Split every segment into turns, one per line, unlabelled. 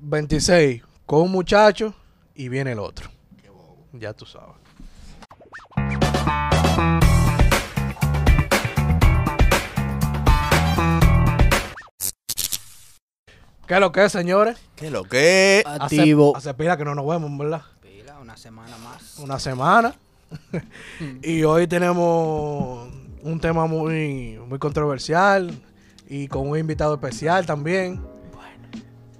26 con un muchacho y viene el otro. Ya tú sabes. ¿Qué es lo que es, señores?
¿Qué lo que?
Hace-
Activo.
Hace, pila que no nos vemos, ¿verdad?
Pila, una semana más.
Una semana. y hoy tenemos un tema muy, muy controversial y con un invitado especial también.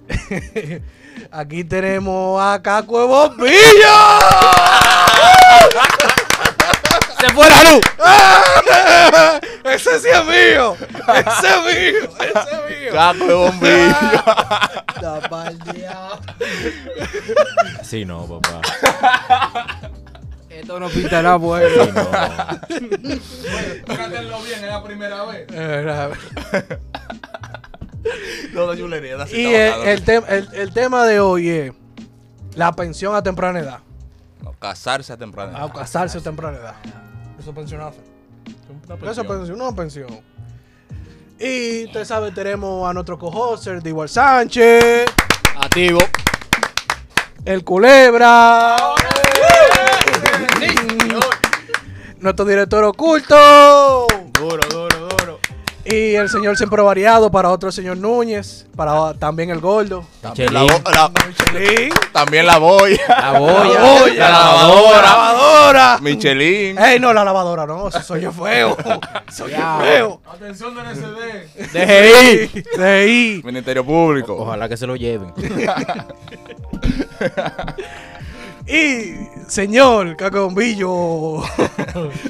Aquí tenemos a Caco de Bombillo.
¡Se fue la luz! ¡Ah!
¡Ese sí es mío! ¡Ese es mío! ¡Ese es mío!
¡Caco de bombillo!
Está pa'l diablo.
Sí, no, papá.
Esto no pinta nada bueno.
Sí, no.
Trátenlo bien, es la primera vez.
Eh,
No, la chulería, la
Y
cita
el,
botadora.
el tem- el- el tema de hoy es la pensión a temprana edad.
No, Casarse a temprana
A
edad.
casarse a temprana edad. Eso es pensionazo. Eso es pensión, no pensión. Y ustedes saben, tenemos a nuestro co-hoster, Dewar Sánchez,
Activo.
el Culebra, nuestro director oculto
Duro, duro, duro.
y el señor siempre variado para otro señor Núñez, para también el gordo.
También la, bo- la-
Michelin.
también la boya.
La boya.
La boya.
La lavadora. Michelin.
¡Ey, no, la lavadora, no! Eso soy yo feo. Soy yo feo.
Atención del SD.
Deje ir.
De ahí.
Ministerio Público.
Ojalá que se lo lleven.
Y, señor Cacombillo.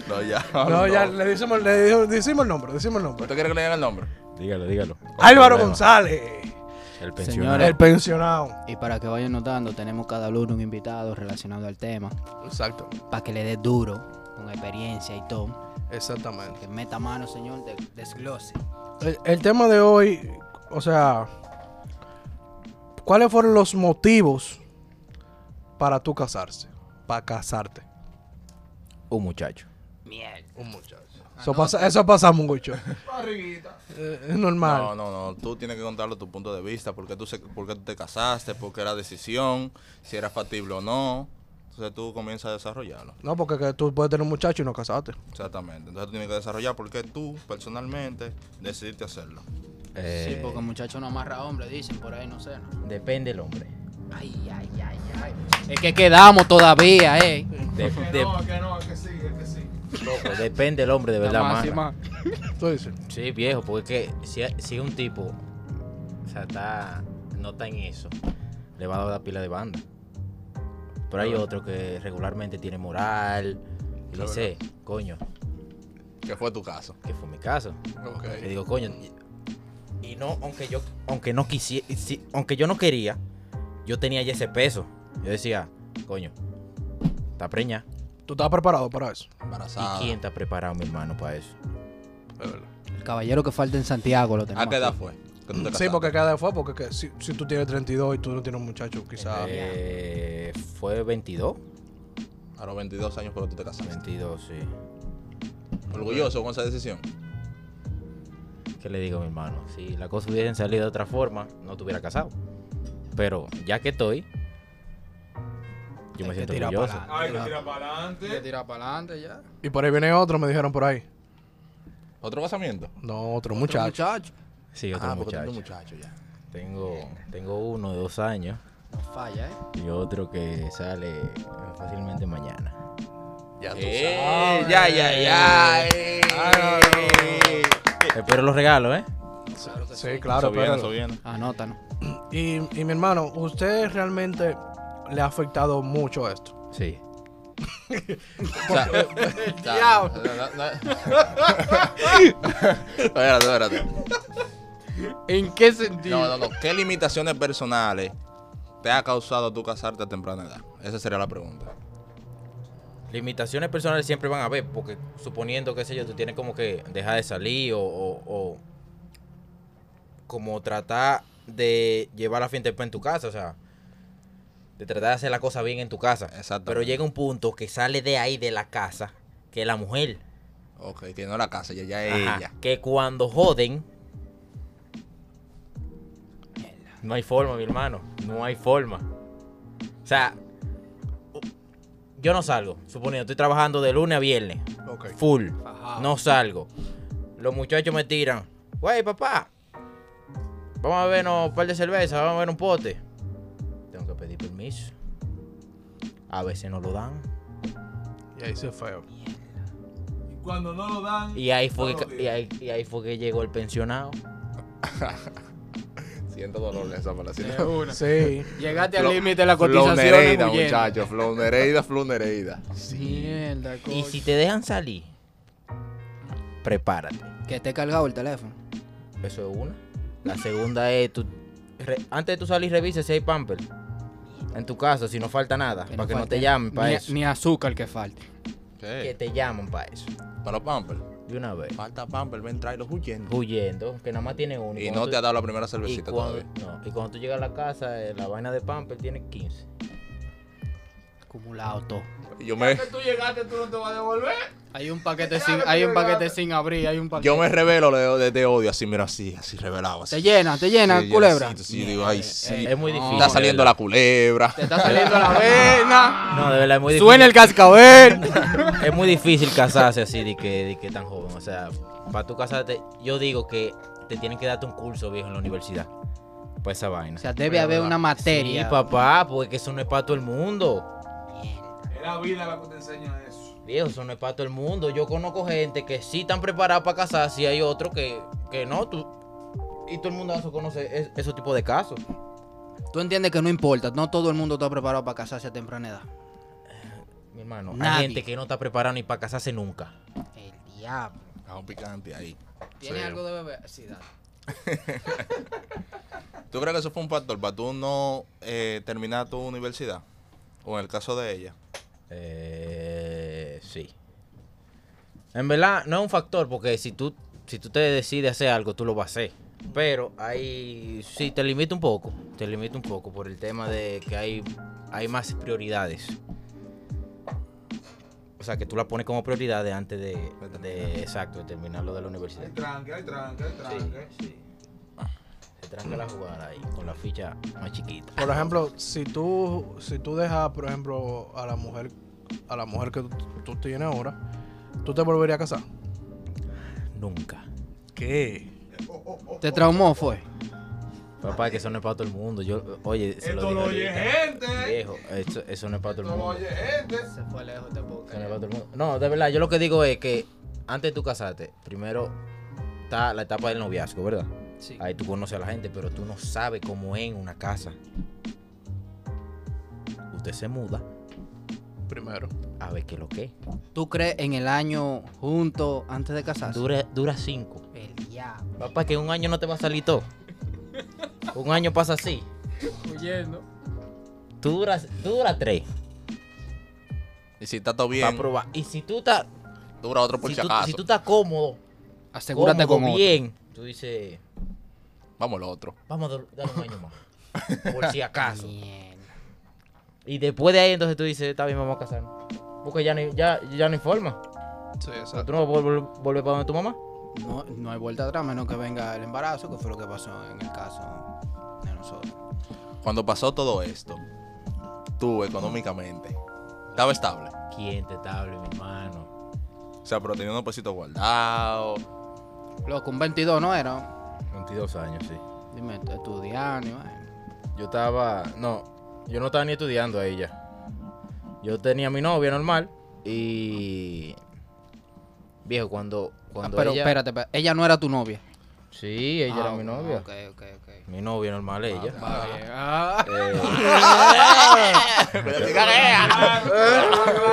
No, ya.
Ah, No, ya le decimos, le dijo- decimos el nombre, decimos el nombre.
¿Usted quiere que le digan el nombre?
Dígalo, dígalo.
Álvaro
Problema.
González,
El
Señores.
pensionado.
el pensionado.
Y para que vayan notando, tenemos cada uno un invitado relacionado al tema.
Exacto,
Para que le dé duro, con experiencia y todo.
exactamente.
Que meta mano, señor, de- desglose.
El, el tema de hoy, o sea, ¿cuáles fueron los motivos para tú casarse? Para casarte.
Un muchacho.
Mierda.
Un muchacho. Eso pasa, eso pasa mucho.
Barriguita.
Eh, Es normal.
No, no, no. Tú tienes que contarle tu punto de vista. ¿Por qué tú, se- por qué tú te casaste? ¿Por qué era decisión? Si era factible o no. Entonces tú comienzas a desarrollarlo.
No, porque que tú puedes tener un muchacho y no casarte.
Exactamente. Entonces tú tienes que desarrollar por qué tú, personalmente, decidiste hacerlo.
Eh,
Sí, porque muchacho no amarra hombre, dicen por ahí, no sé. ¿no?
Depende el hombre.
Ay, ay, ay, ay. Es que quedamos todavía, eh.
De-
Que
de-
no, que no, que sí, que sí.
loco, depende el hombre, de verdad,
Más y
mano.
más.
Tú dices.
Sí, viejo, porque es que si, si un tipo o sea, está, no está en eso, le va a dar la pila de banda. Pero hay otro que regularmente tiene moral. Y dice, coño,
¿Qué fue tu caso?
que fue mi caso. Le digo, coño. Y, y no, aunque yo, aunque no quisiera, aunque yo no quería, yo tenía ya ese peso. Yo decía, coño, está preña.
¿Tú estás preparado para eso?
Embarazada.
¿Y quién está preparado, mi hermano, para eso?
El caballero que falta en Santiago lo tenemos.
¿A qué edad
aquí.
fue? que tú te
Sí,
casaste?
porque cada vez fue, porque que si, si tú tienes 32 y tú no tienes un muchacho, quizás...
Eh, fue 22.
A los 22 años, pero tú te casaste.
22, sí.
¿Orgulloso con esa decisión?
¿Qué le digo, mi hermano? Si la cosa hubiesen salido de otra forma, no estuviera casado. Pero ya que estoy,
Hay
yo me
que
siento
tirar
orgulloso.
pa'lante.
Ay, que tira
Hay que
para adelante.
tirar para adelante ya.
Y por ahí viene otro, me dijeron por ahí.
¿Otro casamiento?
No, otro,
Otro
muchacho.
muchacho.
Sí, otro
ah, porque tú eres muchacho
muchacho.
ya.
Tengo, tengo uno de dos años.
No falla, eh.
y otro que sale fácilmente mañana.
Ya tú
Eh,
sabes. Ya, ya, ya. eh.
Espero los regalos, ¿eh?
Sí, claro,
Eso viene,
pero.
eso viene.
Anótanos.
Y, y mi hermano, ¿usted realmente le ha afectado mucho esto?
Sí.
O sea, o sea, no, no, no. Espérate, espérate.
¿En qué
No,
sentido?
no, no. ¿Qué limitaciones personales te ha causado tú casarte a temprana edad? Esa sería la pregunta.
Limitaciones personales siempre van a haber, porque suponiendo, qué sé yo, tú tienes como que dejar de salir o, o- o como tratar de llevar la fiesta en tu casa, o sea, de tratar de hacer la cosa bien en tu casa.
Exactamente.
Pero llega un punto que sale de ahí, de la casa, que la mujer,
Ok, que no la casa, ya, ya
ajá,
ella.
que cuando joden, No hay forma, mi hermano. No hay forma. O sea, yo no salgo. Suponiendo, estoy trabajando de lunes a viernes.
Ok.
Full.
Ajá.
No salgo. Los muchachos me tiran. Wey, papá. Vamos a vernos un par de cerveza, vamos a ver un pote. Tengo que pedir permiso. A veces no lo dan.
Y ahí se feo.
Y cuando no lo dan.
Y ahí fue,
no lo
que, y ahí- y ahí fue que llegó el pensionado.
Siento dolor en esa
De
apelación.
una.
Sí.
Llegaste al
Flo-
límite de la
Flow
cotización.
Nereida, muchachos. Flow Nereida, Flow Nereida.
Mierda,
Y
coño.
si te dejan salir, prepárate.
Que esté cargado el teléfono.
Eso es una. La segunda es, tú, re- antes de tú salir, revisa si hay pamper. En tu casa, si no falta nada.
Que
para que no
falte
te llamen para
ni-
eso.
Ni azúcar que falte.
Que te llaman para eso.
Pero Pamper,
De una vez.
falta Pamper, ven, tráelos huyendo.
Huyendo, que nada más tiene uno.
Y
cuando
no
tú-
te ha dado la primera
y
cervecita
cuando,
todavía.
no, y cuando tú llegas a la casa, eh, la vaina de pamper tiene 15.
Acumulado todo.
Y Yo me,
Que tú llegaste, tú no te vas a devolver.
Hay un paquete sin, hay un paquete sin abrir, hay un paquete.
yo me revelo de, de- de odio, así, mira, así, así revelado. Así.
Te llena, te llena,
Sí, yo
culebra.
sí, sí, digo, ay, sí.
eh, es muy difícil.
Está saliendo
de
la culebra.
Te está saliendo la vena.
verdad. No, de verdad, es muy difícil.
Suena el cascabel.
Es muy difícil casarse así de que, de que tan joven. O sea, para tú casarte, yo digo que te tienen que darte un curso viejo en la universidad. Para esa vaina.
O sea, debe haber una
Sí,
materia.
papá, porque eso no es para todo el mundo.
Es la vida la que te enseña eso.
Viejo, eso no es para todo el mundo. Yo conozco gente que sí están preparados para casarse y hay otros que, que no. Tú, y todo el mundo eso conoce es- esos tipos de casos.
Tú entiendes que no importa, no todo el mundo está preparado para casarse a temprana edad.
Mi hermano, hay
Nadie.
gente que no está preparada ni para casarse nunca.
El diablo.
Ah, un picante ahí.
¿Tiene
Sí.
algo de beber? Sí, dale.
¿Tú crees que eso fue un factor para tú no eh, terminar tu universidad? O en el caso de ella.
Eh, sí. En verdad, no es un factor, porque si tú, si tú te decides hacer algo, tú lo vas a hacer. Pero ahí sí te limita un poco. Te limita un poco por el tema de que hay, hay más prioridades. O sea, que tú la pones como prioridades antes de, de- exacto, de terminar lo de la universidad.
Hay tranque, hay tranque, hay tranque.
Se tranca la jugada ahí, con la ficha más chiquita.
Por ejemplo, si tú, si tú dejas, por ejemplo, a la mujer, a la mujer que tú, tú tienes ahora, ¿tú te volverías a casar?
Nunca.
¿Qué?
¿Te traumó fue?
Papá, que eso no es para todo el mundo. Yo, oye, se lo
Esto
digo
lo oye
ahorita.
gente.
Viejo, eso, eso no es para todo
Esto
el
lo
mundo.
oye gente.
Se fue lejos este de
Eso no es para todo el mundo. No, de verdad, yo lo que digo es que antes tú casarte, primero está la etapa del noviazgo, ¿verdad?
Sí.
Ahí tú conoces a la gente, pero tú no sabes cómo es en una casa. Usted se muda
Primero.
a ver qué es lo que es.
¿Tú crees en el año juntos antes de casarse?
Dura, dura cinco.
El diablo.
Papá, que en un año no te va a salir todo. Un año pasa así.
Huyendo.
Tú duras, tú duras tres.
Y si está todo
Para
bien,
probar. Y si tú estás,
dura otro por
si
si
tú,
acaso.
si tú estás cómodo,
Asegúrate
cómodo,
con otro.
bien, tú dices.
Vamos al otro.
Vamos a dar- dar un año más. Por si acaso.
Mierda.
Y después de ahí, entonces tú dices, está bien, vamos a casarnos. Porque ya no, hay- ya, ya no hay forma.
Sí,
Tú
exacto.
no vas a vol- vol- volver para donde tu mamá.
No, no hay vuelta atrás, menos que venga el embarazo, que fue lo que pasó en el caso de nosotros.
Cuando pasó todo esto, tú económicamente, estaba estable.
¿Quién te está hablando, mi hermano?
O sea, pero tenía unos pesitos guardados.
Loco, un 22 no era.
22 años, sí.
Dime, tú estudiando. y vaina. Ah,
Yo estaba. No, yo no estaba ni estudiando ahí ya. Yo tenía mi novia normal y. Viejo, cuando.
Ah,
cuando
pero
ella-
espérate, espérate, ella no era tu novia.
Sí, ella era
Ah,
mi novia.
Ok, ok, ok.
Mi novia normal, ella.
Va bien. Ah,
Eh,
Ah,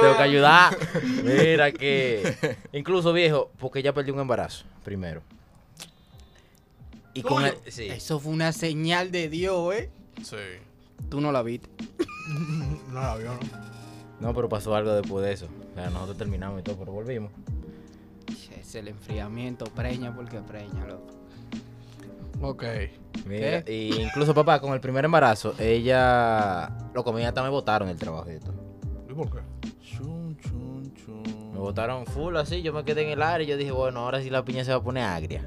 Tengo que ayudar. Mira que. Incluso viejo, porque ya perdí un embarazo primero. Y con el. Sí.
e, Eso fue una señal de Dios, ¿eh?
Sí.
Tú no la viste.
No la vio, ¿no?
No, pero pasó algo después de eso. O sea, nosotros terminamos y todo, pero volvimos.
Che, Es el enfriamiento, preña porque preña, loco.
Ok.
Mira, y incluso papá, con el primer embarazo, ella. Lo comía hasta me botaron del trabajo y todo.
¿Y por qué?
Chun, chun, chun.
Me botaron full así, yo me quedé en el área y yo dije, bueno, ahora sí la piña se va a poner agria.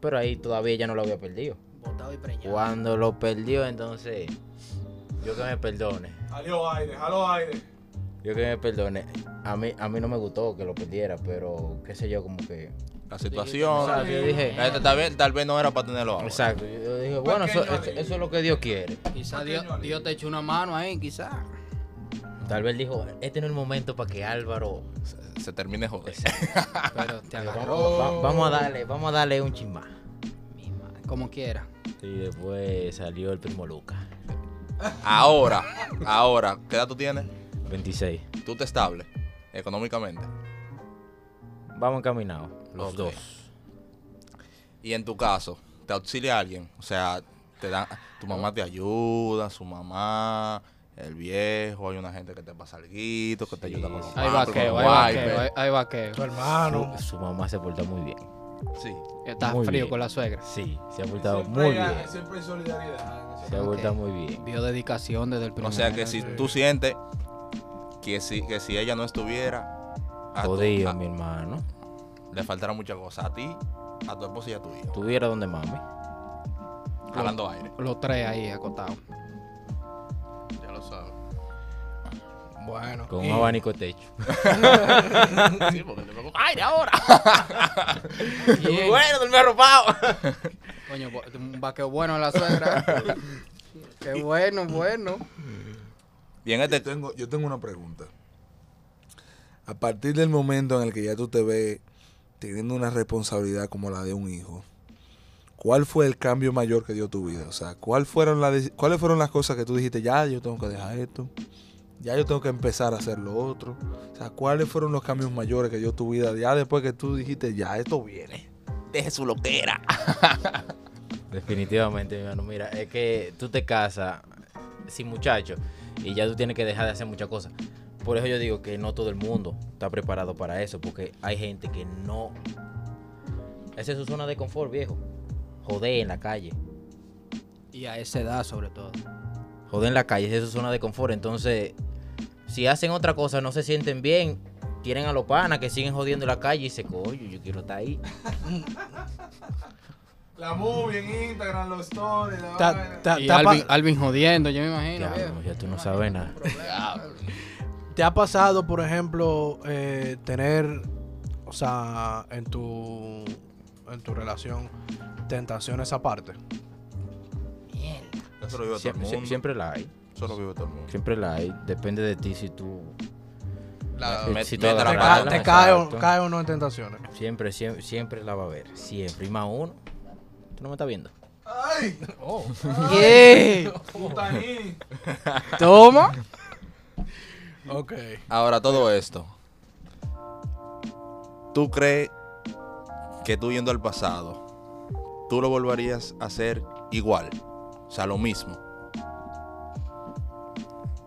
Pero ahí todavía ya no la había perdido.
botado y preñado.
Cuando lo perdió, entonces. Yo que me perdone.
Jaló aire, jaló aire.
Yo que me perdone. A mí, a mí no me gustó que lo perdiera, pero qué sé yo, como que.
La
O sea,
situación.
yo dije.
Eh, Tal vez, tal vez no era para tenerlo ahora.
Exacto. Yo dije, bueno, eso,
Pequeño
eso-
alivio.
eso es lo que Dios quiere.
Quizás
Pequeño
Dios,
alivio.
Dios te echó una mano ahí, quizás.
Tal vez dijo, este no es el momento para que Álvaro.
Se, se termine joder.
Pero te
Vamos,
agarró
va- vamos a darle, vamos a darle un chismá.
mi madre, como quiera.
Y después salió el primo Lucas.
Ahora, ahora, ¿qué edad tú tienes?
26.
Tú te estable económicamente.
Vamos encaminados, los
Ok.
dos.
Y en tu caso, te auxilia alguien. O sea, te dan, tu mamá te ayuda, su mamá, el viejo, hay una gente que te pasa alguito, que te ayuda con los
Ahí
pampers,
vaqueo,
con
ahí
los
vaqueo,
wipers.
ahí- ahí vaqueo.
Tu
Ah,
hermano.
Su mamá se portó muy bien.
Sí.
Estás
Muy
frío
bien.
con la suegra.
Sí, se ha portado
Siempre
muy
hay-
bien.
Siempre hay solidaridad. en ese
Se ha
Ok.
portado muy bien.
Vio dedicación desde el primer
O sea que si
sí.
tú sientes que si, que si ella no estuviera, a tu-
Jodido,
a-
mi hermano.
le faltará muchas cosas. A ti, a tu esposa y a tu hijo.
Tuviera donde mami.
Jalando aire.
Los tres ahí acotados.
Ya lo sabes. Bueno.
Con
y-
Eh.
un abanico de techo.
Sí, porque te preocupa. ¡Aire ahora!
Bien.
dormí arropado.
Coño, bo- un vaqueo bueno en la suegra. Qué bueno, bueno.
Y en
Yo
este
tengo, yo tengo una pregunta. A partir del momento en el que ya tú te ves teniendo una responsabilidad como la de un hijo, ¿cuál fue el cambio mayor que dio tu vida? O sea, ¿cuál fueron la deci- ¿cuáles fueron las cosas que tú dijiste, ya yo tengo que dejar esto? Ya yo tengo que empezar a hacer lo otro. O sea, ¿cuáles fueron los cambios mayores que dio tu vida ya después que tú dijiste, ya esto viene?
deje su loquera.
Definitivamente, mi hermano. Mira, es que tú te casas sin muchacho y ya tú tienes que dejar de hacer muchas cosas. Por eso yo digo que no todo el mundo está preparado para eso, porque hay gente que no. Esa es su zona de confort, viejo. Joder en la calle.
Y a esa edad, sobre todo.
Joder en la calle, esa es su zona de confort. Entonces, si hacen otra cosa, no se sienten bien, tienen a los panas que siguen jodiendo en la calle y se coño, yo quiero estar ahí.
La movie en Instagram, los stories, la
Ta-
vaina.
ta-
Y
te ha pa-
Alvin, Alvin jodiendo, yo me imagino.
Diablo,
viejo.
ya tú no sabes nada.
¿Te ha pasado, por ejemplo, eh, tener, o sea, en tu, en tu relación, tentaciones aparte?
Eso lo vive todo el
Siempre,
mundo.
sie- siempre la hay.
Eso lo vive todo el mundo.
Siempre la hay. Depende de ti si tú.
La,
Eh,
me-
si
mete la
te
¿Te,
agarra-
pata.
ca- te cae, o,
exacto.
cae o no en tentaciones?
Siempre, siempre, siempre la va a ver. Siempre. Y más uno. Tú no me estás viendo.
¡Ay!
Oh.
Yeah.
¡Putaní!
Toma.
Ok.
Ahora, todo esto. ¿Tú crees que tú yendo al pasado, tú lo volverías a hacer igual? O sea, lo mismo.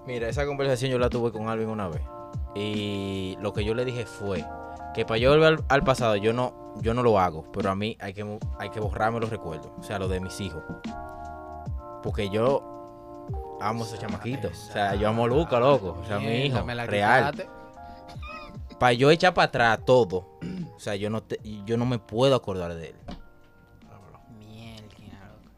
Mira, esa conversación yo la tuve con Alvin una vez. Y lo que yo le dije fue que para yo volver al, al pasado, yo no, yo no lo hago. Pero a mí hay que, mo- hay que borrarme los recuerdos. O sea, los de mis hijos. Porque yo amo a esos chamaquitos. O sea, yo amo a Luca, loco. O sea, mi hijo.
Me la
Real.
quitaste.
Para yo echar para atrás todo. O sea, yo no, te- yo no me puedo acordar de él.
Mierda, loco.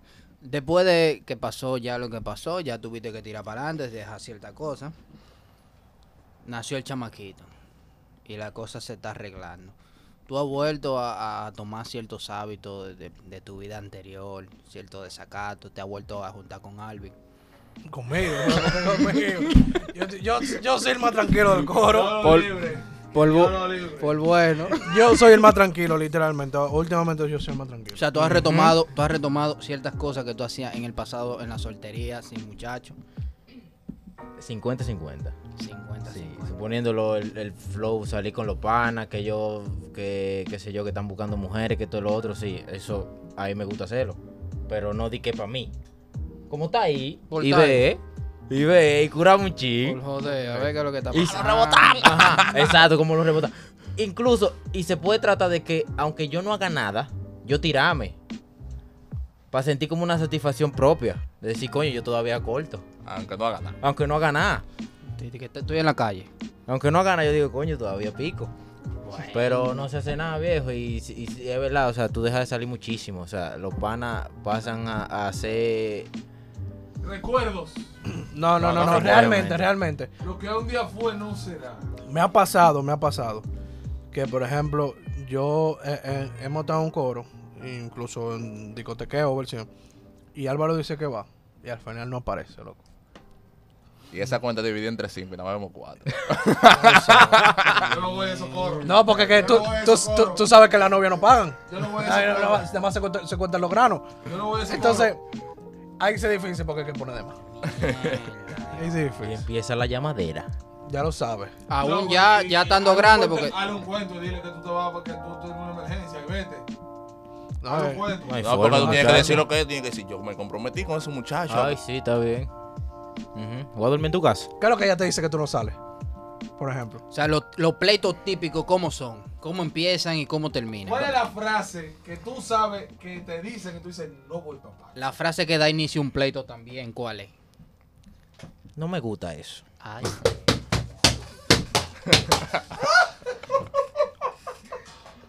Después de que pasó ya lo que pasó, ya tuviste que tirar para adelante, dejar cierta cosa. Nació el chamaquito y la cosa se está arreglando. Tú has vuelto a, a tomar ciertos hábitos de, de- de tu vida anterior, cierto desacato, te has vuelto a juntar con Alvin.
Conmigo, conmigo. Yo, yo, yo soy el más tranquilo del coro.
Todo
Por-
libre.
Por,
Todo libre.
bueno.
Yo soy el más tranquilo, literalmente. Últimamente yo soy el más tranquilo.
O sea, tú has retomado, tú has retomado ciertas cosas que tú hacías en el pasado en la soltería, sin muchachos.
50-50.
50,
Sí,
50.
suponiéndolo el, el flow, salir con los panas, que yo, que qué sé yo, que están buscando mujeres, que todo lo otro, sí, eso a mí me gusta hacerlo. Pero no di que para mí. Como está ahí, y
Voltaje.
ve, y ve, y cura un chin.
Por joder, a ver qué es lo que está
Y
pasando.
Ajá, exacto, como lo rebotan. Incluso, y se puede tratar de que, aunque yo no haga nada, yo tirame. Para sentir como una satisfacción propia. De decir, coño, yo todavía corto.
Aunque no haga nada.
Aunque no haga nada.
Estoy- que te- Estoy en la calle.
Aunque no haga nada, yo digo, coño, todavía pico. Pero no se hace nada, viejo. Y, si- y si es verdad, o sea, tú dejas de salir muchísimo. O sea, los panas pasan a, a hacer.
Recuerdos.
No, no,
No,
no, no,
no se puede,
realmente,
obviamente.
realmente.
Lo que un día fue no será.
Me ha pasado, me ha pasado. Que por ejemplo, yo eh, eh, he montado un coro, incluso en discotequeo versión. Y Álvaro dice que va. Y al final no aparece, loco.
Y esa cuenta dividida entre cinco y nada más vemos cuatro.
Yo no voy de socorro.
No, porque que
Yo
tú,
no voy de
tú,
socorro.
tú- tú sabes que la novia no pagan.
Yo no voy de
Ay, no, no,
socorro.
Además se, cuenta- se cuentan los granos.
Yo no voy de socorro.
Entonces, ahí se difícil porque hay que poner de más. Ahí se
Y
difícil.
empieza la llamadera.
Ya lo sabes.
Aún ya, ya estando grande, porque
Haz un cuento, dile que tú te vas porque tú tienes una emergencia y vete.
No,
Haz un
eh,
cuento.
hay
No, porque tú
forma,
tienes que
muchacho.
decir lo que es, tienes que decir, yo me comprometí con ese muchacho.
Ay, sí, está bien. Ujú. Voy a dormir en tu casa.
¿Qué es lo que ella te dice que tú no sales? Por ejemplo.
o sea, los, los pleitos típicos, ¿cómo son? ¿Cómo empiezan y cómo
¿Cuál es
terminan?
la frase que tú sabes que te dicen que tú dices no voy papá?
La frase que da inicio a un pleito también, ¿cuál es?
No me gusta eso.
Ay.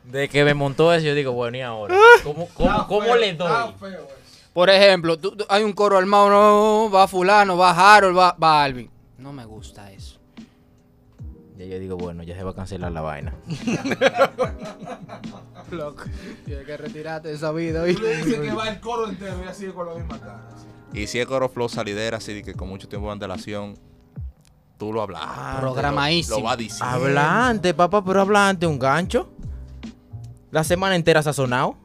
De que me montó eso, yo digo, bueno, ¿y ahora?
Ah.
¿Cómo, cómo,
Está
cómo
feo,
le doy?
Está feo eso.
Por ejemplo, tú- tú- hay un coro armado, no, va fulano, va Harold, va, va Alvin. No me gusta eso.
Ya yo digo, bueno, ya se va a cancelar la vaina.
Loco, tienes que retirarte de esa vida hoy.
Tú le dices que va el coro entero y así con la misma cara. así.
Y si es coro flow salidera, así de que con mucho tiempo de antelación, tú lo hablas. antes,
Programadísimo.
Lo, lo vas diciendo.
Hablante, papá, pero hablante, un gancho. La semana entera sazonado.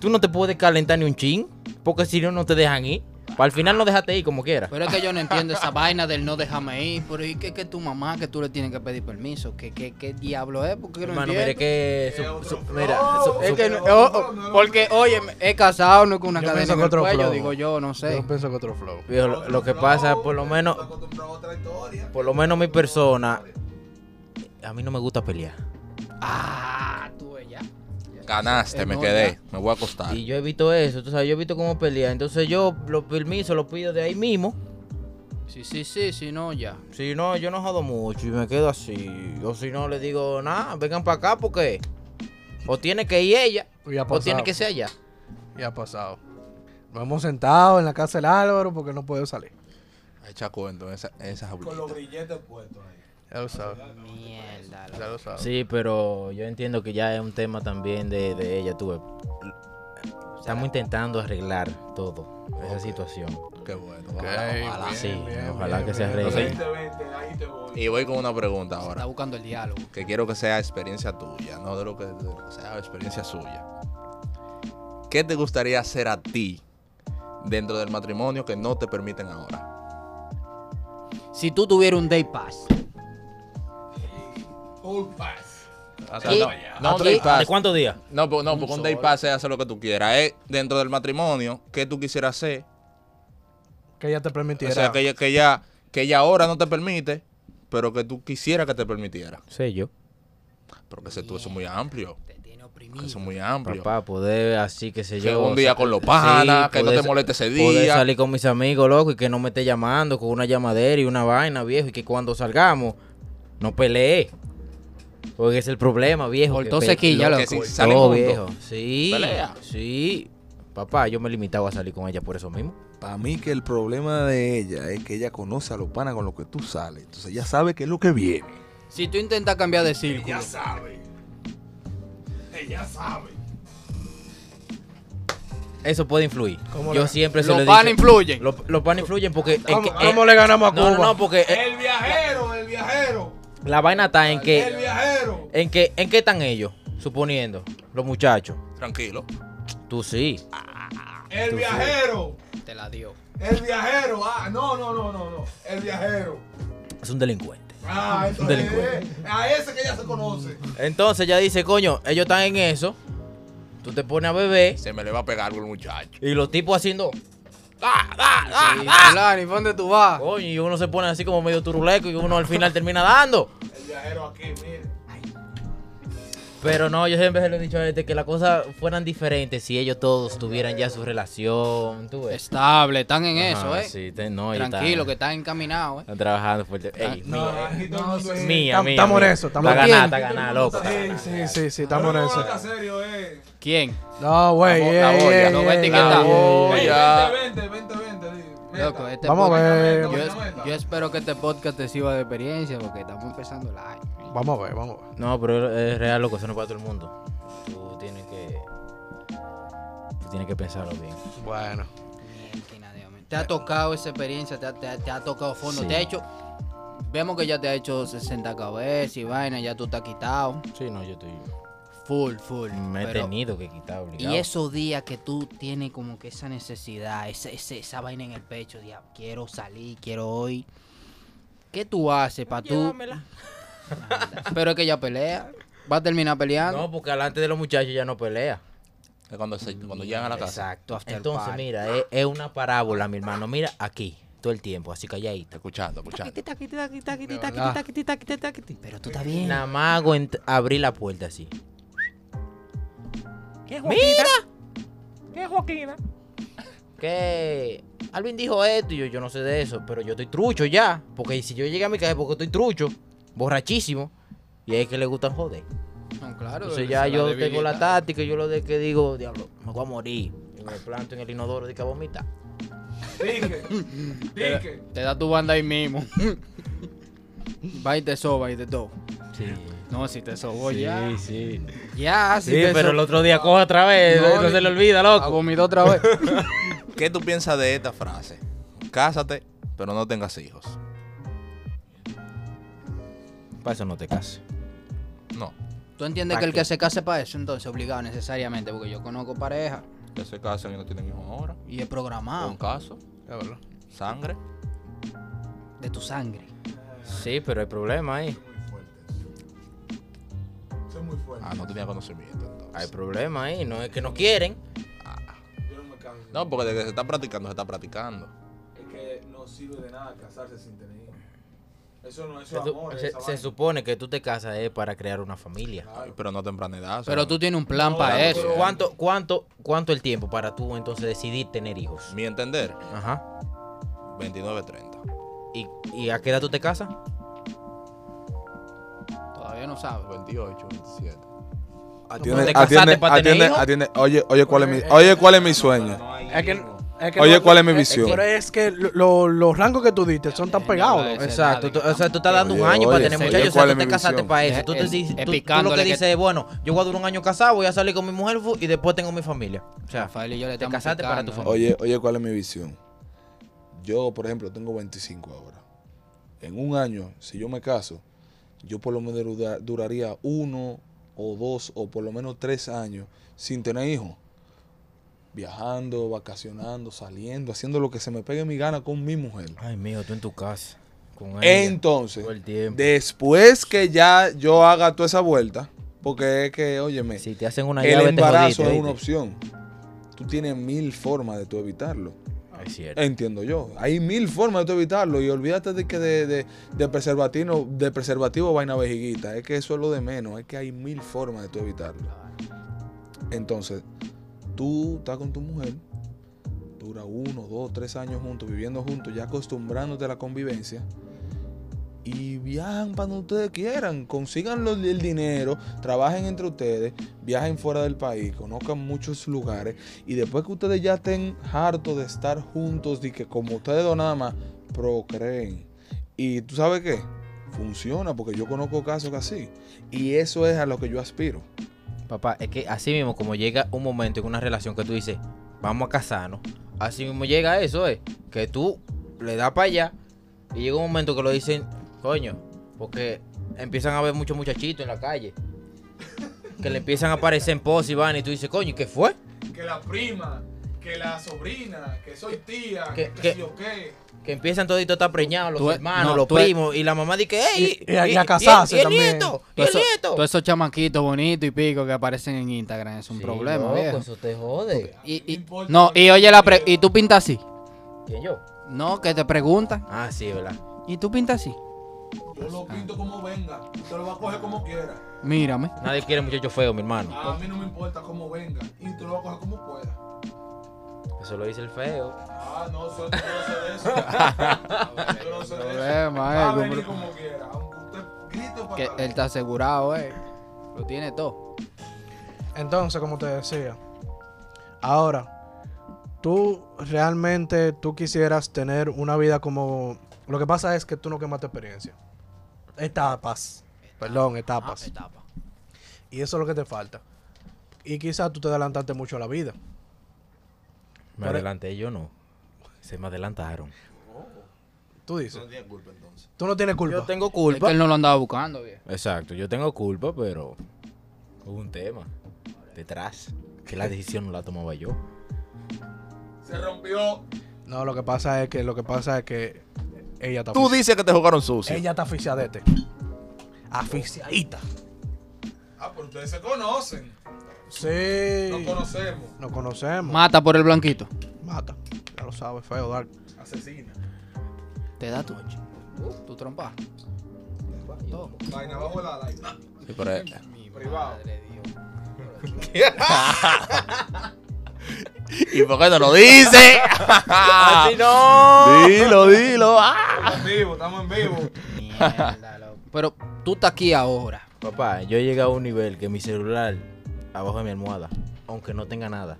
Tú no te puedes calentar ni un chin, porque si no, no te dejan ir. Para el final no dejaste ir como quieras.
Pero es que yo no entiendo esa vaina del no déjame ir. Pero ¿y qué que tu mamá que tú le tienes que pedir permiso? ¿Qué, qué, qué diablo es? Porque no
Hermano,
entiendo.
mire que. su-
Es otro
su-
flow.
mira, su-
Es
su-
que no-
Otro
oh,
flow,
oh,
no era
porque,
otro
oye, he casado, no con una
Yo
cadena
pienso
en
que
el
otro
cuello,
flow.
digo yo, no sé.
Yo pienso que otro flow.
viejo, lo, lo que pasa es por lo menos,
Está acostumbrado a otra historia.
por lo menos mi persona, a mí no me gusta pelear.
Ah, tú ella.
Ganaste, me
No,
quedé. Me voy a acostar.
Y yo evito eso, tú sabes, yo evito cómo pelear. Entonces yo los permisos los pido de ahí mismo.
Sí, sí, sí, sí, no, ya.
Si no, yo no jodo mucho y me quedo así. O si no, le digo, nada, vengan para acá porque o tiene que ir ella
Y ha
o
pasado.
tiene que ser allá.
Y ha pasado. Nos hemos sentado en la casa del Álvaro porque no puedo salir.
Echa cuento en esa- en esas
Con los
abuelitas.
grilletes puestos ahí.
Ya lo sabes.
Mierda.
Ya lo sabes.
Sí, pero yo entiendo que ya es un tema también de, de ella, tú. ves. Estamos intentando arreglar todo, esa situación.
Qué bueno.
Ok,
ojalá, ojalá.
bien,
Sí,
bien,
ojalá
bien,
que se
bien.
arregle.
Entonces,
20, 20, ahí te voy.
Y voy con una pregunta
Está
ahora.
buscando el diálogo.
Que quiero que sea experiencia tuya, no de lo que de lo que sea experiencia suya. ¿Qué te gustaría hacer a ti dentro del matrimonio que no te permiten ahora?
Si tú tuvieras un day pass.
Full pass.
O sea,
¿Qué?
no, no un day
¿De
pass.
cuántos días?
No, po- no, porque un day pass es hacer lo que tú quieras. Es dentro del matrimonio, ¿qué tú quisieras hacer?
Que ella te permitiera.
O sea, que ella, que, ella, que ella ahora no te permite, pero que tú quisieras que te permitiera.
Sé yo.
Pero que ese tú, eso es muy amplio.
Te tiene
que Eso
oprimido.
es muy amplio.
Papá, poder así, que se
Que
yo.
un día
sa-
con los panas, que no
poder
te
sa-
moleste ese
Poder
día.
salir con mis amigos, loco, y que no me esté llamando con una llamadera y una vaina, viejo, y que cuando salgamos, no pelee. Porque es el problema, viejo.
Por
que
todo
pe-
sequilla,
lo-
que si
loco.
salen
todo,
juntos,
viejo. Sí.
pelea.
Sí. Papá, yo me limitaba a salir con ella por eso mismo.
Para mí que el problema de ella es que ella conoce a los panas con los que tú sales. Entonces ella sabe qué es lo que viene.
Si tú intentas cambiar de círculo.
Ella sabe. Ella sabe.
Eso puede influir.
¿Cómo
Yo
le-
siempre se
Los
lo he
panas
dicho.
influyen.
Los los panas influyen porque. es
¿Cómo,
que- eh,
cómo le ganamos a
no,
Cuba?
no, no, porque eh,
El viajero, el viajero.
la vaina está en que.
El viajero.
¿En qué, ¿En qué están ellos? Suponiendo, los muchachos.
Tranquilo.
Tú sí.
El viajero.
Te la dio.
El viajero. Ah, no, no, no, no, no. El viajero.
Es un delincuente.
Ah, eso
Un delincuente.
es. A ese que ya se conoce.
Entonces ya dice, coño, ellos están en eso. Tú te pones a beber.
Se me le va a pegar algo el muchacho.
Y los tipos haciendo.
Sí, fulano, ¿y pa' dónde tú vas?
Coño, y uno se pone así como medio turuleco y uno al final termina dando.
El viajero aquí, mire.
Pero no, yo siempre se lo he dicho a este que las cosas fueran diferentes si ellos todos tuvieran ya su relación. ¿tú ves?
Estable, están en eso,
Ajá,
¿eh?
sí, te- no, y están-
Tranquilo, que están encaminados, ¿eh?
Están trabajando fuerte. Ey,
No,
mía,
aquí todo el mundo es-
mía,
Tam-
mía.
estamos en eso, estamos
Está
en-
ganada, está ganada, loco. está
Sí,
ganada.
sí, sí, sí, estamos en
No, no, está
eso.
serio, eh.
¿Quién?
No, güey.
La bo-
ey,
la boya,
ey,
no
ey,
va a
ey,
etiquetar.
ey,
Oh,
ey,
Ey,
ey.
ya.
20, 20, 20, 20.
Loco, este
Vamos a
podcast-
ver.
Yo, es- yo espero que este podcast te sirva de experiencia porque estamos empezando el año.
Vamos a ver, vamos a ver.
No, pero es real, loco, eso no es para todo el mundo. Tú tienes que. Tú tienes que pensarlo bien.
Bueno.
Mierda, Dios mío. Te ha tocado esa experiencia, te ha, te ha- te ha tocado fondo,
Sí.
te ha hecho... Vemos que ya te ha hecho 60 cabezas y vaina, ya tú estás quitado.
Sí, no, yo estoy.
Full, full.
Me he
Pero-
tenido que quitar, obligado.
Y esos días que tú tienes como que esa necesidad, esa, esa, esa vaina en el pecho, ya quiero salir, quiero hoy. ¿Qué tú haces para tú? Pero es que ella pelea. Va a terminar peleando.
No, porque delante de los muchachos ya no pelea.
Es Cuando, se- cuando llegan a la casa.
Exacto, after
Entonces,
party.
mira, es, es una parábola, mi hermano. Mira aquí, todo el tiempo, así calladito.
Escuchando, escuchando.
Pero tú estás bien.
Nada más hago ent- abrir la puerta así.
¿Qué Joaquina?
Que Alvin dijo esto y yo, yo no sé de eso, pero yo estoy trucho ya. Porque si yo llegué a mi casa es porque estoy trucho, borrachísimo. Y es que le gustan joder.
No, claro.
Entonces
esa
ya
es la
yo tengo la
debilidad.
táctica, yo lo de que digo, diablo, me voy a morir. Y me planto en el inodoro de que a vomitar.
Dije, dije.
Te da tu banda ahí mismo. Va y te soba y de todo.
Sí.
No, si te sobó ya.
sí.
Ya, si
Sí,
te
pero
so-
el otro día coge otra vez,
No,
no,
ni-
se le olvida,
Ah,
loco.
vomitó otra vez.
¿Qué tú piensas de esta frase? Cásate, pero no tengas hijos.
Para eso no te cases.
No.
¿Tú entiendes
¿Pa'
que el
qué?
que se case para eso, entonces, obligado necesariamente? Porque yo conozco pareja
Que se casan y no tienen hijos ahora.
y es
Un
programado
caso,
Ya, ¿verdad?
sangre.
de tu sangre.
Sí, pero hay problema ahí.
Son muy fuertes.
Ah, no tenía conocimiento entonces.
Hay problema ahí. No es que no quieren.
Yo no me canso.
No, porque desde que se está practicando, se está practicando.
Es que no sirve de nada casarse sin tener hijos. Eso no eso es
Tú-
amor.
Se,
esa
se
vaina.
supone que tú te casas es para crear una familia.
Ay, Pero no a temprana edad. o sea,
Pero tú tienes un plan
No,
para
no,
eso.
no,
¿Cuánto, cuánto, ¿Cuánto el tiempo para tú entonces decidir tener hijos?
Mi entender,
Ajá.
29-30.
¿Y, y a qué edad tú te casas?
Todavía no sabes.
28, 27.
Atiende,
¿Te casaste
atiende,
pa' tener
atiende,
hijos?
atiende. Oye, oye, ¿cuál es mi, oye, ¿cuál es mi sueño?
Es que, es que
Oye,
no-
¿cuál es mi
que-
visión?
Pero es que lo- lo- los rangos que tú diste son tan
Ya,
pegados.
ya,
¿no? Es-
ya,
Exacto, tú, o sea, tú estás dando un
Oye,
año para
oye,
tener
oye,
muchachos, o sea,
¿cuál
tú
es
te
mi
casaste
visión?
para eso.
Es-
Tú, te
es-
dices-
es
tú- tú lo
picándole
Eh, que
que-
dices es, bueno, yo voy a durar un año casado, voy a salir con mi mujer fu- y después tengo mi familia. O sea,
Rafael y yo le
te
estamos
casaste para tu
picando, ¿eh?
Oye, oye, ¿cuál es mi visión? Yo, por ejemplo, tengo 25 ahora. En un año, si yo me caso, yo por lo menos dura- duraría uno o dos o por lo menos tres años sin tener hijos. Viajando, vacacionando, saliendo, haciendo lo que se me pegue mi gana con mi mujer.
ay, mío, tú en tu casa. Con
Entonces,
todo el tiempo.
después que ya yo haga toda esa vuelta, porque es que, óyeme,
si te hacen una
el
llave, te jodiste,
embarazo es
¿oíste?
una opción. Tú tienes mil formas de tú evitarlo.
Es cierto.
Entiendo yo. Hay mil formas de tú evitarlo y olvídate de que de, de, de preservativo, de preservativo vaina vejiguita. Es que eso es lo de menos. Es que hay mil formas de tú evitarlo. Entonces, tú estás con tu mujer, dura uno, dos, tres años juntos, viviendo juntos, ya acostumbrándote a la convivencia. Y viajan para donde ustedes quieran, consigan lo- el dinero, trabajen entre ustedes, viajen fuera del país, conozcan muchos lugares. Y después que ustedes ya estén hartos de estar juntos y que como ustedes dos nada más, procreen. Y tú sabes qué? Funciona porque yo conozco casos que así. Y eso es a lo que yo aspiro.
Papá, es que así mismo, como llega un momento en una relación que tú dices, vamos a casarnos, así mismo llega eso, es que tú le das para allá y llega un momento que lo dicen, coño, porque empiezan a ver muchos muchachitos en la calle, que le empiezan a aparecer en pos y van y tú dices, coño, ¿y qué fue?
Que la prima, que la sobrina, que soy tía,
que-
que,
que-
sé yo qué.
Que empiezan toditos a estar preñados, los
Tú es-
hermanos,
no,
los
tú es-
primos, y la mamá dice, ¡ey!
Y- y a- y a
el-
casarse
y el,
también.
nieto!
Todos
¡Y el
esos-
nieto!
todos esos chamaquitos bonitos y pico que aparecen en Instagram es un
Sí,
problema,
loco,
viejo.
eso te jode.
Y,
No
y,
importa
no,
lo
y
que
oye, la pre-
quiera.
¿y tú pintas así?
¿Quién yo?
No, que te preguntan.
Ah, sí, ¿verdad?
¿Y tú pintas así?
Yo lo pinto como venga. Usted lo va a coger como quiera.
Mírame.
Nadie quiere muchacho feo, mi hermano.
Ah, A mí no me importa cómo venga. Y usted lo va a coger como pueda.
Eso lo dice el feo.
Ah, no, eso- yo no sé de eso. Yo no sé de eso.
Problema, eh,
Va a
yo
venir
creo-
como quiera. Aunque usted grite para
Que él está asegurado, eh. Lo tiene todo.
Entonces, como te decía, ahora, tú realmente tú quisieras tener una vida como... Lo que pasa es que tú no quemaste experiencia. Etapas. Perdón, etapas.
etapa.
Y eso es lo que te falta. Y quizás tú te adelantaste mucho a la vida.
Me
Pero-
adelanté yo no. Se me adelantaron.
Tú
Eso
dices.
no tiene culpa entonces.
Tú no tienes culpa.
Yo tengo
Es que
culpa.
él no lo andaba buscando, viejo.
Exacto, yo tengo culpa, pero hubo un tema detrás. Que la decisión no la tomaba yo.
Se rompió.
No, lo que pasa es que lo que pasa es que ella está
Tú
asfixiada.
dices que te jugaron sucio.
pues, Ella está asfixiadete. Asfixiadita.
Ah, pero ustedes se conocen.
Sí.
Nos conocemos.
Nos conocemos.
Mata por el blanquito.
Mata. Ya lo sabes, feo, Dark.
Asesina.
Te da tu, Uh, tu trompa.
Vaina bajo la live.
Sí, pero, eh,
Privado.
¿Y por qué no lo dice?
¡Así no!
Dilo, dilo. ah.
Estamos en vivo, estamos en vivo.
Mierda, loco. Pero tú estás aquí ahora.
Papá, yo llegué a un nivel que mi celular abajo de mi almohada, aunque no tenga nada.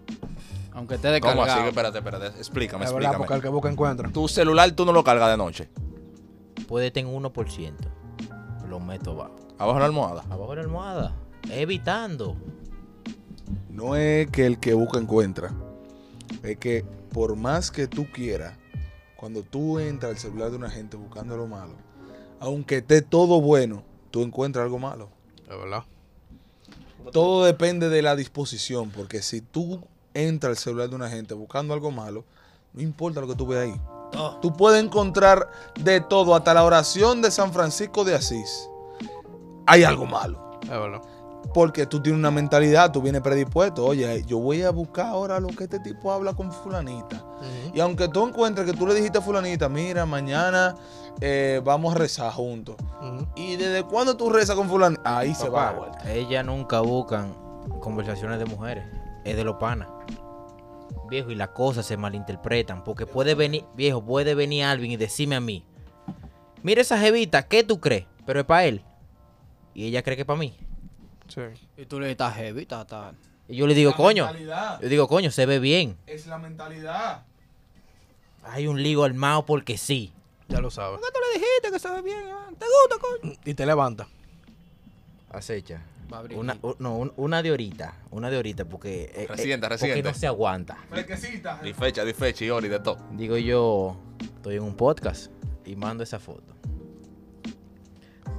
Aunque esté
¿Cómo así?
descargado.
Espérate, espérate. Explícame,
Es verdad, porque
explícame.
el que busca encuentra.
Tu celular tú no lo cargas de noche.
Puede tener un 1%. Lo meto abajo.
Abajo de la almohada.
Abajo de la almohada. Evitando.
No es que el que busca encuentra. Es que por más que tú quieras, cuando tú entras al celular de una gente buscando lo malo, aunque esté todo bueno, tú encuentras algo malo.
Es verdad.
Todo depende de la disposición, porque si tú entras al celular de una gente buscando algo malo, no importa lo que tú veas ahí.
Todo.
Tú puedes encontrar de todo, hasta la oración de San Francisco de Asís. Hay algo malo.
Es verdad.
Porque tú tienes una mentalidad, tú vienes predispuesto. Oye, yo voy a buscar ahora lo que este tipo habla con fulanita. Y aunque tú encuentres que tú le dijiste a fulanita, mira, mañana eh, vamos a rezar juntos.
Ujú.
¿Y desde cuándo tú rezas con fulanita? Ahí se va la vuelta.
Ellas nunca buscan conversaciones de mujeres, es de los panas. Viejo, y las cosas se malinterpretan, porque puede venir, viejo, puede venir alguien y decirme a mí, mira esa jevita, ¿qué tú crees? Pero es para él. Y ella cree que es para mí.
Sí.
Y tú le estás heavy, estás- estás-
Y yo le digo,
La
coño,
mentalidad.
yo digo, coño, se ve bien.
Es la mentalidad.
Hay un ligo armado porque sí.
Ya lo sabes.
tú le dijiste que se ve bien, ¿Te gusta, coño?
Y te levanta.
Acecha.
Va a abrir
Una,
grito.
u- no, un- una de horita, una de horita, porque... eh, eh,
Reciente,
Porque
reciente.
no se aguanta.
Fresquecita.
Di fecha, di fecha y hora y de todo.
Digo yo, estoy en un podcast y mando esa foto.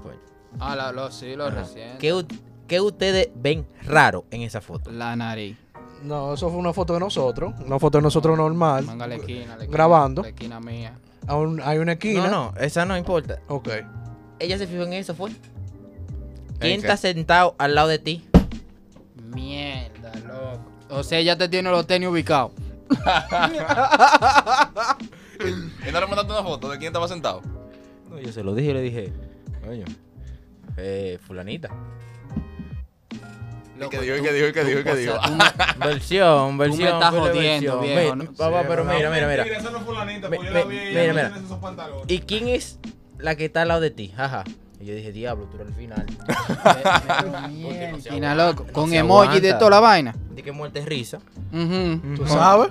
Coño.
Ah, la, lo, sí, lo
Ajá.
recién.
¿Qué, u- qué ustedes ven raro en esa foto?
La nariz.
No, eso fue una foto de nosotros. Una foto de nosotros normal.
Manga a la esquina, la esquina,
Grabando.
La esquina mía.
A un- hay una
No,
esquina.
no, esa no importa.
Ok.
Ella se fijó en eso, fue.
¿En
¿Quién
qué?
está sentado al lado de ti?
Mierda, loco. O sea, ya te tiene los tenis ubicados.
¿Y no le mandaste una foto de quién estaba sentado?
No, yo se lo dije y le dije, coño, eh, fulanita.
¿Y qué dijo? ¿Y qué dijo? ¿Y qué dijo? ¿Y qué
O sea,
dijo?
tú me-
Versión,
me
versión.
estás
ponle
jodiendo,
versión.
viejo,
Ve-
¿no?
papá,
Sí,
pero
no, no,
mira, mira,
Mira,
mira.
esa no es fulanita,
Mi-
porque yo la
mi-
vi.
mira,
Mira,
mira.
mira. Esos pantalones.
¿Y quién es la que está al lado de ti? Jaja. Y yo dije, diablo, tú eres el final.
Mierda, esquina, loco. Con
se
emoji de
aguanta.
toda la vaina.
De que muerte es risa.
Ujú.
¿Tú sabes?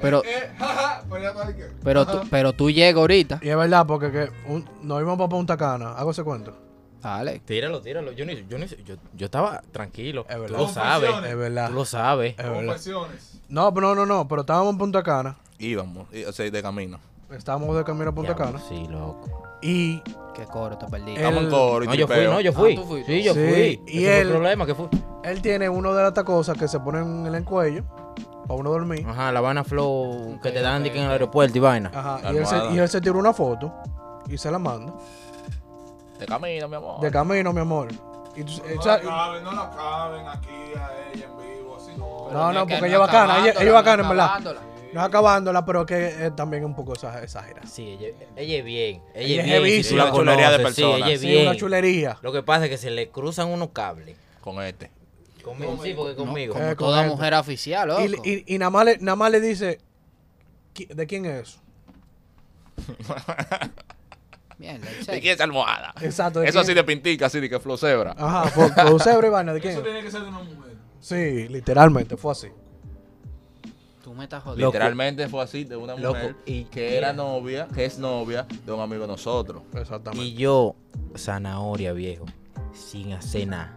Pero,
Eh, jaja, pero ya está que.
pero, tú, pero tú llegas ahorita.
Y es verdad, porque que un- nos íbamos para Punta Cana. Hago ese cuento.
Dale.
Tíralo, tíralo. Yo, ni, yo, ni, yo, yo estaba tranquilo.
Es verdad.
Tú lo sabes.
Confesiones.
Es verdad.
Tú lo sabes.
Es verdad.
Confesiones.
No, pero no, no, no. Pero estábamos en Punta Cana.
Ah, Íbamos, y- o sea, de camino.
Estábamos de camino a Punta
Diablo,
Cana.
Sí, loco.
Y
Qué coro, te perdí.
Eh,
Estamos
El-
en coro y
No, yo fui,
tripeo.
no, yo fui.
Ah, tú fuiste.
sí, yo
Sí,
fui.
y
Ese fue
él-
el problema que fue.
él tiene uno de las tacosas que se ponen en el cuello. Para uno dormir.
Ajá, La Habana Flow que te
Ok,
dan
ok,
de que en el
ok.
aeropuerto y vaina.
Ajá.
La
Y él, se,
almohada.
y él se tiró una foto. Y se la manda.
De camino, mi amor.
De camino, mi amor. Y tú-
No
esa-
la caben, no la caben aquí a ella en vivo, así no.
no, no, porque ella es bacana, ella- ella es bacana, en verdad. No acabándola, pero que eh, también es un poco exa- exagerada.
Sí, ella, ella es bien.
Ella
Ella,
es
es bien.
heavísima.
tú la
Una chulería de
conoces, sí,
persona.
ella es
Sí,
bien.
una chulería.
Lo que pasa es que se le cruzan unos cables.
con este.
Conmigo, sí, porque conmigo.
Eh,
Como toda
correcto.
mujer oficial, loco.
Y, y- y nada, más le, nada más le dice, "¿Qui- ¿de quién es eso?
Mierda, en
¿De
serio.
quién es almohada?
Exacto, ¿de
Eso así
quién? Ah,
de pintica, así de que flow cebra.
Ajá, por, por Eusebio y vaina, ¿de quién
Eso
es?
tenía que ser de una mujer.
Sí, literalmente, fue así.
Tú me estás jodiendo.
Literalmente fue así de una mujer
Loco, y-
que era novia, que es novia de un amigo de nosotros.
Exactamente.
Y yo, zanahoria, viejo, sin hacer nada.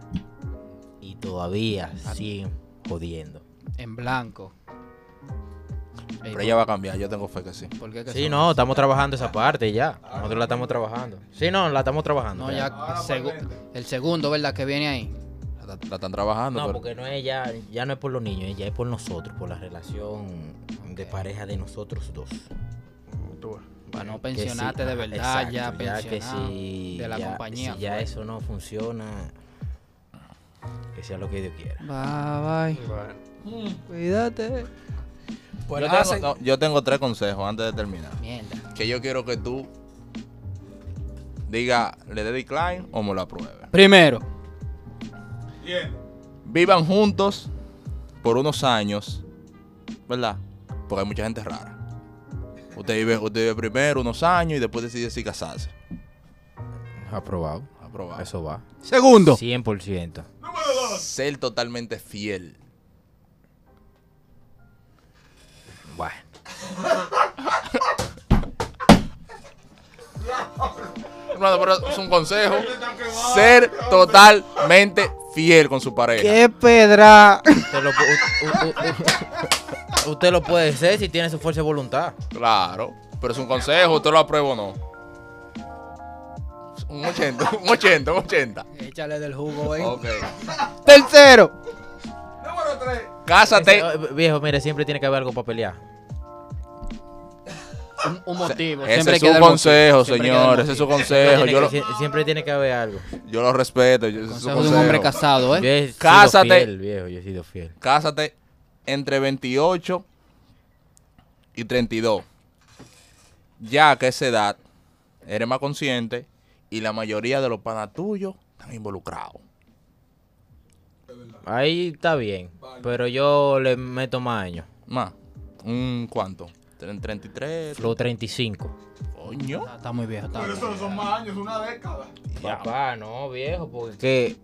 Y todavía siguen jodiendo.
En blanco. Ey,
Pero ella va a cambiar, yo tengo fe que sí.
¿por qué que
Sí,
son
no,
así?
estamos trabajando esa parte ya. Nosotros la estamos trabajando. Sí, Ah. no, la estamos trabajando.
No,
Ah,
ya
pues,
Ahora
segu-
por veinte.
el segundo, ¿verdad? Que viene ahí.
La, la están trabajando,
No,
pero
porque no es ya, ya no es por los niños, ya es por nosotros, por la relación de pareja de nosotros dos.
Tú ves.
Para no
Eh, Que sí,
pensionarte de
ajá,
verdad, ya
exacto, que
pensionado
si
de la
ya-
compañía.
Si ya
fue.
eso no funciona, que sea lo que Dios quiera.
Bye, bye.
Bueno.
Cuídate.
Pues
yo, tengo,
hacen-
no, yo tengo tres consejos antes de terminar.
Mierda.
Que yo quiero que tú diga, le dé decline o me lo apruebe.
Primero.
Bien.
Vivan juntos por unos años, ¿verdad? Porque hay mucha gente rara. Usted vive, usted vive primero unos años y después decide si casarse.
Aprobado.
Aprobado.
Eso va.
Segundo.
100%.
Número dos.
Ser totalmente fiel.
Bueno.
Hermano, pero es un consejo.
Está quemado.
Ser totalmente fiel con su pareja.
pedra!
Usted lo, pu- u- u- u- usted lo puede ser si tiene su fuerza de voluntad.
Claro, pero es un consejo, usted lo aprueba o no. Un 80, un 80, un 80.
Échale del jugo,
Oh.
eh.
Ok.
Tercero.
Número tres.
Cásate.
Ese- eh, viejo, mire, siempre tiene que haber algo para pelear.
Un, un motivo.
Ese
siempre
es
queda
su
el motivo,
consejo,
siempre queda el
señor. Ese es su
motivo.
consejo.
Tiene
Yo
que-
lo,
sie- siempre tiene que haber algo.
yo lo respeto. yo- ese es su
Consejo de un hombre
consejo.
casado,
Yo
eh.
he sido
Cásate.
fiel, viejo, yo he sido fiel.
Cásate entre 28 y 32. Ya que a esa edad eres más consciente y la mayoría de los panas tuyos están involucrados.
Ahí está bien.
Vale.
Pero yo le meto más años.
Más, un cuánto? Tre- 33.
Flow 35.
Coño.
Está, está muy viejo, está
Pero
muy
eso
viejo.
son más años, una década.
Papá, no, viejo, porque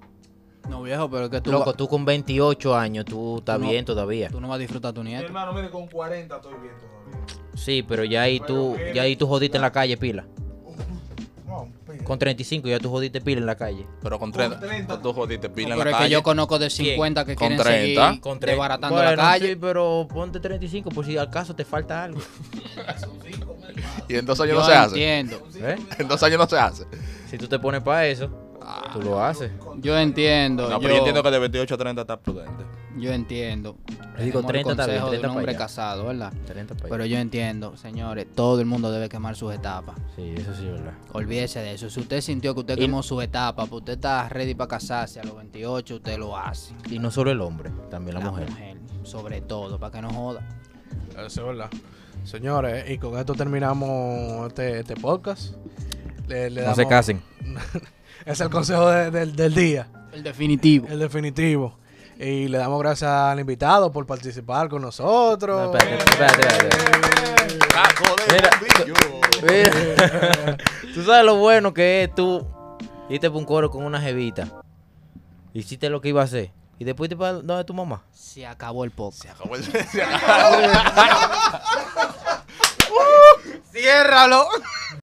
No, viejo, pero es que tú,
loco,
va-
tú con 28 años, tú estás
no-
bien todavía.
tú no vas a disfrutar a tu
Mi
nieto.
hermano, mire, con 40 estoy bien todavía.
Sí, pero ya ahí tú,
Pero,
ya ahí tú jodiste en la calle, pila.
No, mira.
Con 35 ya tú jodiste pila en la calle.
Pero con
Con
30,
30.
tú jodiste pila
No,
en la
pero es
calle.
que yo conozco de 50 que
Con
quieren
30.
seguir
Con
desbaratando la
Bueno,
calle.
sí, pero ponte 35 por si acaso te falta algo.
Y en dos años
Yo
no se hace.
entiendo.
¿Eh?
En dos años no se hace.
Si tú te pones para eso,
Ah.
tú lo haces.
Yo entiendo.
No, pero
yo,
yo, entiendo que de 28 a 30 está prudente.
yo entiendo.
Yo digo
Tenemos
30
el
está bien,
consejo
30
de un
para
hombre
allá.
casado, ¿verdad?
30 pa' allá.
Pero yo entiendo, señores, todo el mundo debe quemar sus etapas.
Sí, eso sí es verdad.
Olvídese de eso. Si usted sintió que usted
Y-
quemó sus etapas, pues usted está ready para casarse a los 28, usted lo hace.
Y no solo el hombre, también la, mujer.
sobre todo, para que no joda.
Eso es verdad. Señores, y con esto terminamos este, este podcast. Le- le
No se
damos-
casen.
Es el consejo de- del- del día.
El definitivo.
El definitivo. Y le damos gracias al invitado por participar con nosotros.
No, espérate, espérate, espérate.
Ah,
Mira, Mira, tú sabes lo bueno que es tú. Diste pa' un coro con una jevita. Hiciste lo que iba a hacer. Y después te para donde tu mamá.
Se acabó el podcast.
Mira.
¡Ciérralo!